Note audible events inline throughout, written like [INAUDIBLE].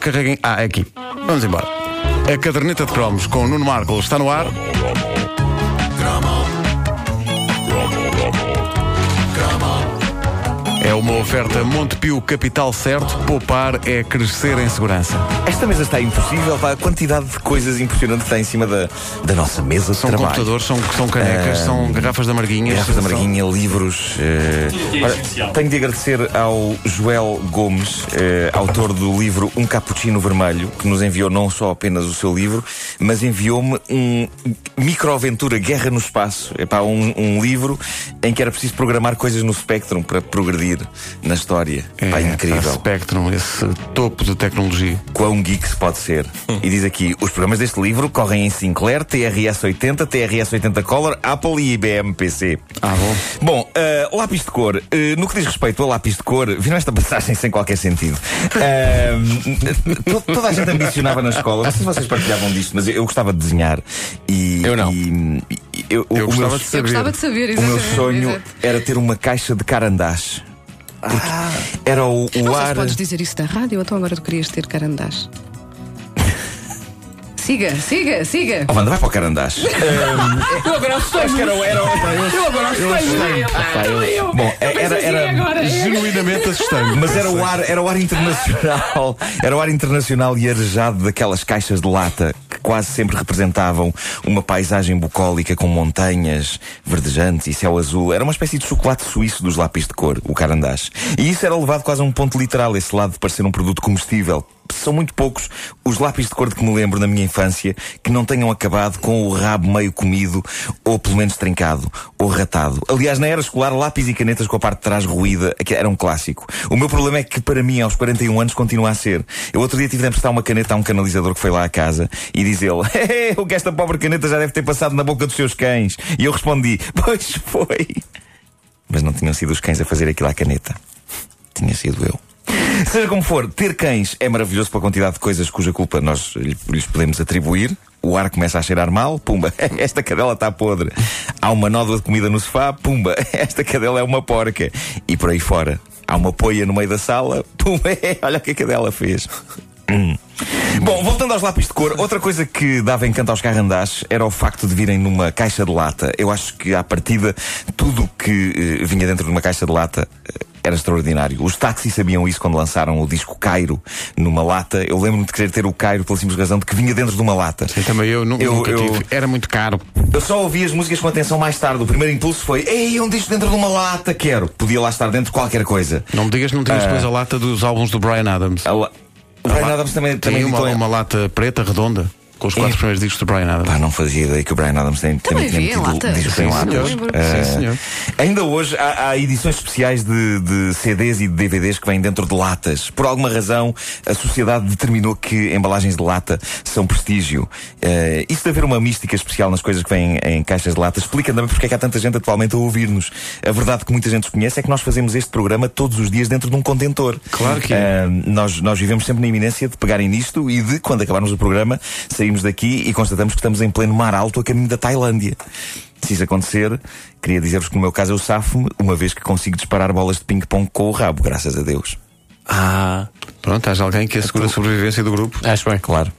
Carreguem. Ah, é aqui. Vamos embora. A caderneta de cromos com o Nuno Marco está no ar. É uma oferta Montepio Capital Certo. Poupar é crescer em segurança. Esta mesa está impossível, pá, a quantidade de coisas impressionante que está em cima da, da nossa mesa de São trabalho. computadores, são, são canecas, Ah, são garrafas de amarguinhas. Garrafas da são- Marguinha, livros. eh, ora, tenho de agradecer ao Joel Gomes, eh, autor do livro Um Cappuccino Vermelho, que nos enviou não só apenas o seu livro, mas enviou-me um microaventura Guerra no Espaço. É um, um livro em que era preciso programar coisas no Spectrum para progredir na história. Pá, pá, incrível. É, Spectrum, esse topo de tecnologia. Quão geek se pode ser. E diz aqui: os programas deste livro correm em Sinclair, TRS 80, TRS 80 Color, Apple e IBM PC. Ah, bom. Bom, ah, lápis de cor. Ah, no que diz respeito a lápis de cor, viram esta passagem sem qualquer sentido. Ah, to- toda a gente ambicionava na escola. Não sei se vocês partilhavam disto, mas eu, eu gostava de desenhar. E, Eu não. e- e- eu, o- Eu o meu gostava de sonho- saber. Gostava de saber, o meu exatamente. sonho exato. Ah. era ter uma caixa de carandás. Porque era o, o Não sei se ar. podes dizer isso na rádio, então agora tu querias ter [LAUGHS] carandás. siga, siga, siga. Oh, Wanda, vai para o carandás. Eu agora assustei-me. Eu agora assustei-me. Bom, era, era, Genuinamente assustante. Mas era o ar, era o ar internacional, era o ar internacional e arejado daquelas caixas de lata que quase sempre representavam uma paisagem bucólica com montanhas verdejantes e céu azul. Era uma espécie de chocolate suíço dos lápis de cor, o carandás. E isso era levado quase a um ponto literal, esse lado de parecer um produto comestível. São muito poucos os lápis de cor de que me lembro na minha infância que não tenham acabado com o rabo meio comido ou pelo menos trincado ou ratado. Aliás, na era escolar, lápis e canetas com a parte de trás ruída que era um clássico. O meu problema é que para mim, aos 41 anos, continua a ser. Eu outro dia tive de emprestar uma caneta a um canalizador que foi lá à casa e diz ele: [LAUGHS] "Eh, o que esta pobre caneta já deve ter passado na boca dos seus cães. E eu respondi: [LAUGHS] Pois foi. Mas não tinham sido os cães a fazer aquilo à caneta. Tinha sido eu. [LAUGHS] Seja como for, ter cães é maravilhoso pela quantidade de coisas cuja culpa nós lhe- lhes podemos atribuir. O ar começa a cheirar mal, pumba, [LAUGHS] esta cadela está podre. Há uma nódoa de comida no sofá, pumba, [LAUGHS] esta cadela é uma porca. E por aí fora, há uma poia no meio da sala, [LAUGHS] pumba, olha o que a cadela fez. Hum. Bom, voltando aos lápis de cor, outra coisa que dava encanto aos carrandás era o facto de virem numa caixa de lata. Eu acho que, à partida, tudo o que eh, vinha dentro de uma caixa de lata eh, era extraordinário. Os táxis sabiam isso quando lançaram o disco Cairo numa lata. Eu lembro-me de querer ter o Cairo pela simples razão de que vinha dentro de uma lata. E também eu, nu- Eu- nunca eu- tive. Era muito caro. Eu só ouvi as músicas com atenção mais tarde. O primeiro impulso foi: Ei, um disco dentro de uma lata, quero. Podia lá estar dentro qualquer coisa. Não me digas que não Ah. tinhas depois a lata dos álbuns do Brian Adams. A la... O Brian Adams também, Tem também uma, editou- uma lata preta, redonda, com os quatro É. primeiros discos do Brian Adams. Pá, não fazia ideia que o Brian Adams tem, Também tinha vi em metido latas. discos em Sim, latas. senhor. Sim, senhor. Ainda hoje há, há edições especiais de, de CDs e de DVDs que vêm dentro de latas. Por alguma razão, a sociedade determinou que embalagens de lata são prestígio. Eh, isso de haver uma mística especial nas coisas que vêm em caixas de lata explica também porque é que há tanta gente atualmente a ouvir-nos. A verdade que muita gente desconhece é que nós fazemos este programa todos os dias dentro de um contentor. Claro que é. Eh, Ahm, nós, nós vivemos sempre na iminência de pegarem nisto e de, quando acabarmos o programa, saímos daqui e constatamos que estamos em pleno mar alto a caminho da Tailândia. Se isso acontecer, queria dizer-vos que no meu caso eu safo-me, uma vez que consigo disparar bolas de ping-pong com o rabo, graças a Deus. Ah, Pronto, há alguém que assegura a sobrevivência do grupo. acho bem. Claro.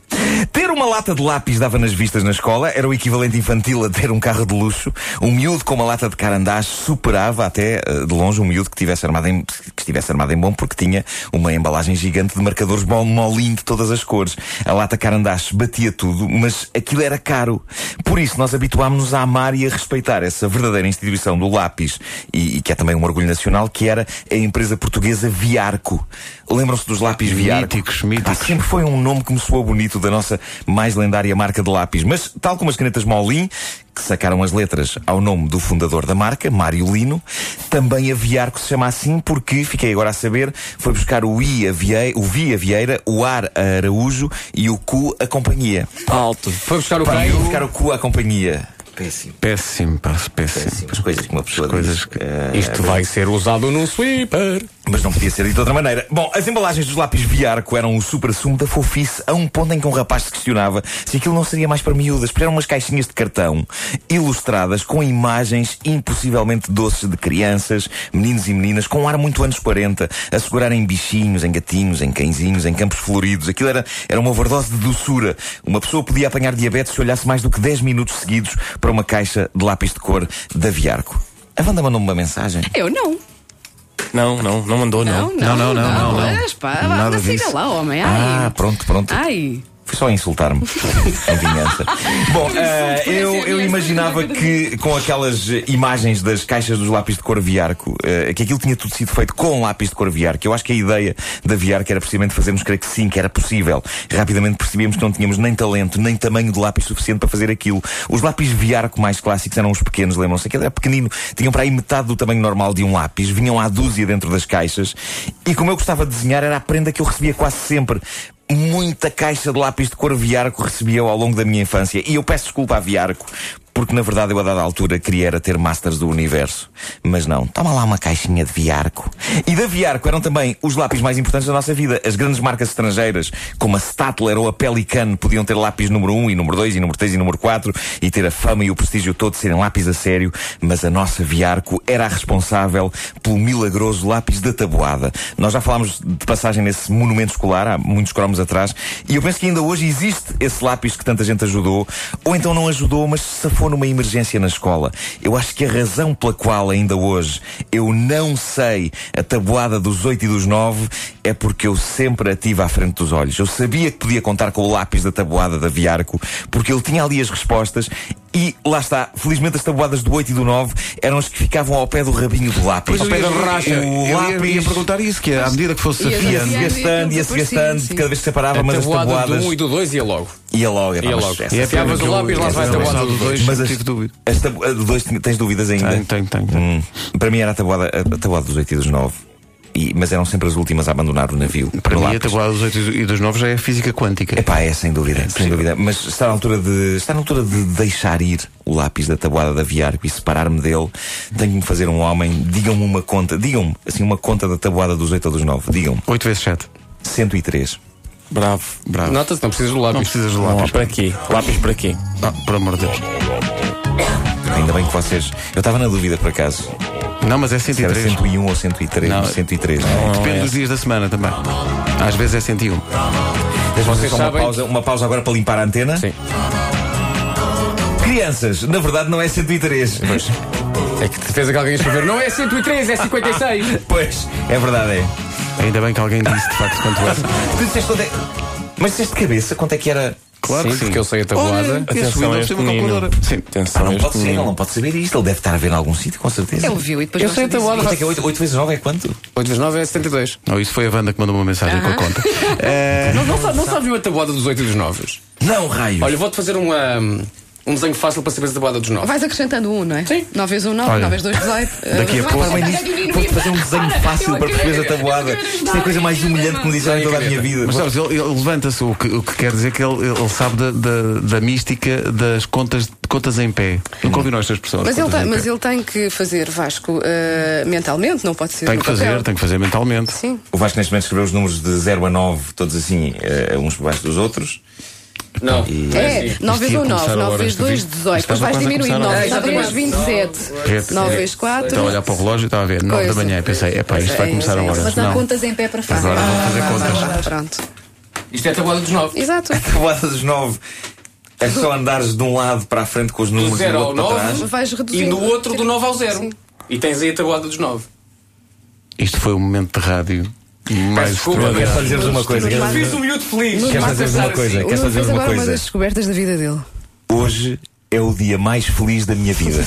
Ter uma lata de lápis dava nas vistas na escola, era o equivalente infantil a ter um carro de luxo. Um miúdo com uma lata de carandás superava até eh, de longe um miúdo que estivesse armado em, que estivesse armado em bom, porque tinha uma embalagem gigante de marcadores bom molinho de todas as cores. A lata carandás batia tudo, mas aquilo era caro. Por isso, nós habituámos-nos a amar e a respeitar essa verdadeira instituição do lápis, e, e que é também um orgulho nacional, que era a empresa portuguesa Viarco. Lembram-se dos lápis Viarco? Míticos, míticos. Pá, sempre foi um nome que me soou bonito da nossa mais lendária marca de lápis. Mas, tal como as canetas Molin, que sacaram as letras ao nome do fundador da marca, Mário Lino, também a Viarco se chama assim porque, fiquei agora a saber, foi buscar o I a Vieira, o Vi a Vieira, o Ar a Araújo e o Cu a Companhia. Alto. Foi buscar o Para carro. buscar o Cu à Companhia. Péssimo. Péssimo, pá, péssimo. As coisas que uma pessoa Coisas diz. que- Eh, Isto vai ser usado num sweeper. Mas não podia ser dito de outra maneira. Bom, as embalagens dos lápis Viarco eram o supra-sumo da fofice a um ponto em que um rapaz se questionava se aquilo não seria mais para miúdas, porque eram umas caixinhas de cartão ilustradas com imagens impossivelmente doces de crianças, meninos e meninas, com um ar muito anos 40, a segurar em bichinhos, em gatinhos, em cãezinhos, em campos floridos. Aquilo era, era uma overdose de doçura. Uma pessoa podia apanhar diabetes se olhasse mais do que 10 minutos seguidos para uma caixa de lápis de cor da Viarco. A Wanda mandou-me uma mensagem. Eu não. Não, não, não mandou, não. Não, não, não, não, não. Mas pá, Nada anda, siga disso. lá, homem. Ai. Ah, pronto, pronto. Ai. Foi só insultar-me. em vingança. Bom, eh, eu, eu imaginava que com aquelas eh, imagens das caixas dos lápis de cor viarco, eh, que aquilo tinha tudo sido feito com lápis de cor viarco. Eu acho que a ideia da viarco era precisamente fazermos crer que sim, que era possível. Rapidamente percebíamos que não tínhamos nem talento, nem tamanho de lápis suficiente para fazer aquilo. Os lápis viarco mais clássicos eram os pequenos, lembram-se? Aquele era pequenino, tinham para aí metade do tamanho normal de um lápis, vinham à dúzia dentro das caixas. E como eu gostava de desenhar, era a prenda que eu recebia quase sempre muita caixa de lápis de cor Viarco recebia ao longo da minha infância. E eu peço desculpa à Viarco, porque na verdade eu a dada altura queria era ter Masters do Universo. Mas não, toma lá uma caixinha de Viarco. E da Viarco eram também os lápis mais importantes da nossa vida. As grandes marcas estrangeiras, como a Statler ou a Pelican, podiam ter lápis número 1 e número 2 e número 3 e número 4 e ter a fama e o prestígio todo de serem lápis a sério. Mas a nossa Viarco era a responsável pelo milagroso lápis da tabuada. Nós já falámos de passagem nesse monumento escolar, há muitos cromos atrás, e eu penso que ainda hoje existe esse lápis que tanta gente ajudou, ou então não ajudou, mas se safou numa emergência na escola. Eu acho que a razão pela qual ainda hoje eu não sei a tabuada dos 8 e dos 9 é porque eu sempre a tive à frente dos olhos. Eu sabia que podia contar com o lápis da tabuada da Viarco, porque ele tinha ali as respostas e lá está, felizmente as tabuadas do 8 e do 9 eram as que ficavam ao pé do rabinho do lápis. Ao pé da racha. O Eu ia- lápis ia perguntar isso, que é, à medida que fosse Ia- desafiante. ia-se gastando, ia-se Ia gastando, aparecendo, cada vez que separava, A mas as tabuada do tabuadas 1 e do 2 ia logo. ia logo, era Ia uma logo. sucesso. E é Se pena abres o que eu- lápis, lá eu- se vai a eu- tabuada eu- dos dois. Mas Mas as- tive dúvida. As tabu- a do dois, tinha- tens dúvidas ainda? Tenho, tenho, tenho. tenho. Hum, para mim era a tabuada, a a tabuada dos 8 e dos 9. E- mas eram sempre as últimas a abandonar o navio. Para Lá, mim, a tabuada dos 8 e dos 9 já é física quântica. Epá, é sem dúvida, sem dúvida. Mas está na altura de está na altura de deixar ir o lápis da tabuada da Viarco e separar-me dele. Tenho de fazer um homem. Digam-me uma conta, digam-me assim uma conta da tabuada dos 8 ou dos 9. Digam-me 8 vezes 7. 103. Bravo, bravo. Nota-se, não precisas do lápis. Não precisas do lápis. Não, para aqui. Lápis para aqui. Ah, por amor de Deus. Ainda bem que vocês. Eu estava na dúvida por acaso. Não, mas é Se era 103. 101 ou 103. Não. 103. Não. é? Depende dos dias da semana também. Às vezes é 101. Deixa-me fazer só uma sabem pausa, uma pausa agora para limpar a antena. Sim. Crianças, na verdade não é 103. Pois, É que te fez alguém escrever. Não é 103, é 56. [LAUGHS] pois é verdade, é. Ainda bem que alguém disse de facto quanto é. Tu disseste quanto é. Mas disseste de cabeça quanto é que era. Claro sim, que sim. porque eu sei a tabuada. é Olha, esse Will deve ter uma calculadora. Sim. Atenção, Não este pode ser, ele menino. não pode saber isto. Ele deve estar a ver em algum sítio, com certeza. Ele viu e depois Eu gosta sei a disso. tabuada. Quanto é que é 8, vezes 9 é quanto? 8 vezes 9 é 72. Não, isso foi a Wanda que mandou uma mensagem com a conta. Não, não, sa- não sabes viu a tabuada dos 8 e dos 9? Não, raio. Olha, vou-te fazer uma, um desenho fácil para saber a tabuada dos 9. Vais acrescentando um, não é? Sim. 9 vezes 1, 9, Olha, 9 vezes 2, 18. Daqui a Vai, pouco vai, Parabéns vai, nisso. vai, vou-te fazer um desenho fácil para perceberes a tabuada. Isto é a coisa mais humilhante que me disseram em toda a minha vida. Mas sabes, ele, ele levanta-se, o que, o que quer dizer que ele, ele sabe da, da, da mística das contas, contas em pé. Nunca ouvi nós estas pessoas. Mas ele, tem, mas ele tem que fazer Vasco eh, mentalmente, não pode ser. Tem no que fazer, papel. tem que fazer mentalmente. Sim. O Vasco neste momento escreveu os números de 0 a 9, todos assim, eh, uns por baixo dos outros. [LAUGHS] Não. É, 9 vezes ia 1, 9, começar 9 agora, vezes 2, isto- 18. isto Depois está vais quase a diminuindo. começar é? 9 vezes agora. 3, 27. Gente, 9 é. vezes 4. Estava a olhar para o relógio e estava a ver, 9 da Coisa. manhã. E pensei, epá, isto vai É, começar é, agora. Mas há Não. contas em pé para fazer. Agora vou Ah, fazer contas. Pronto. Isto é a tabuada dos 9. Exato. Tabuada dos 9 é só andares de um lado para a frente com os números e do zero ao outro para nove. trás. Vais E reduzindo. do outro, do 9 ao 0. E tens aí a tabuada dos 9. Isto foi um momento de rádio mais desculpa, extraordinário. Quero só dizer-vos uma coisa. quero- Fiz um miúdo feliz. Nos Quero só Mas dizer-vos uma pensar coisa. assim. O Quero só Nuno fez dizer-vos uma agora uma coisa. das descobertas da vida dele. um- Hoje é o dia mais feliz da minha vida.